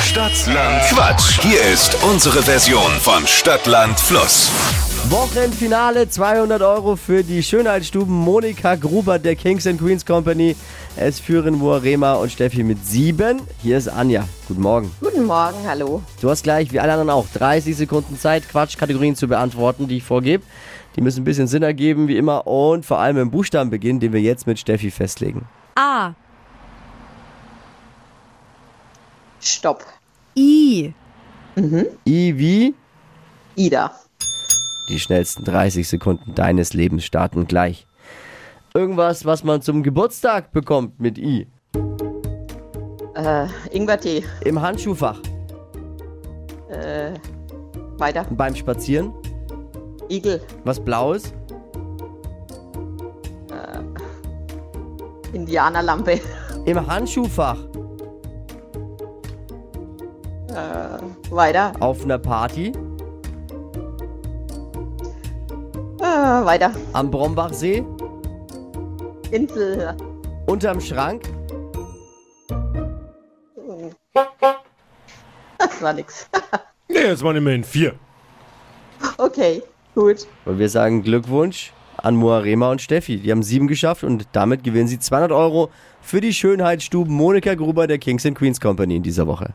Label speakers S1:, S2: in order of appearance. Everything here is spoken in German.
S1: Stadtland Quatsch. Hier ist unsere Version von Stadtland Fluss.
S2: Wochenfinale 200 Euro für die Schönheitsstuben Monika Gruber der Kings and Queens Company. Es führen Moarema und Steffi mit sieben. Hier ist Anja. Guten Morgen.
S3: Guten Morgen, hallo.
S2: Du hast gleich, wie alle anderen auch, 30 Sekunden Zeit, Quatschkategorien zu beantworten, die ich vorgebe. Die müssen ein bisschen Sinn ergeben, wie immer, und vor allem im Buchstaben beginnen, den wir jetzt mit Steffi festlegen.
S4: A.
S3: Stopp.
S4: I.
S2: I wie
S3: Ida.
S2: die schnellsten 30 Sekunden deines Lebens starten gleich. Irgendwas, was man zum Geburtstag bekommt mit I.
S3: Äh, Ingwertee.
S2: Im Handschuhfach,
S3: Äh, weiter.
S2: beim Spazieren,
S3: Igel.
S2: was Blaues,
S3: Indianerlampe.
S2: im Handschuhfach,
S3: Weiter.
S2: auf einer Party,
S3: Äh, weiter.
S2: am Brombachsee,
S3: Insel.
S2: unterm Schrank,
S3: Das war nix.
S5: Nee, jetzt waren immerhin vier.
S3: Okay, gut.
S2: Und wir sagen Glückwunsch an Moarema und Steffi. Die haben sieben geschafft und damit gewinnen sie 200 Euro für die Schönheitsstuben Monika Gruber der Kings and Queens Company in dieser Woche.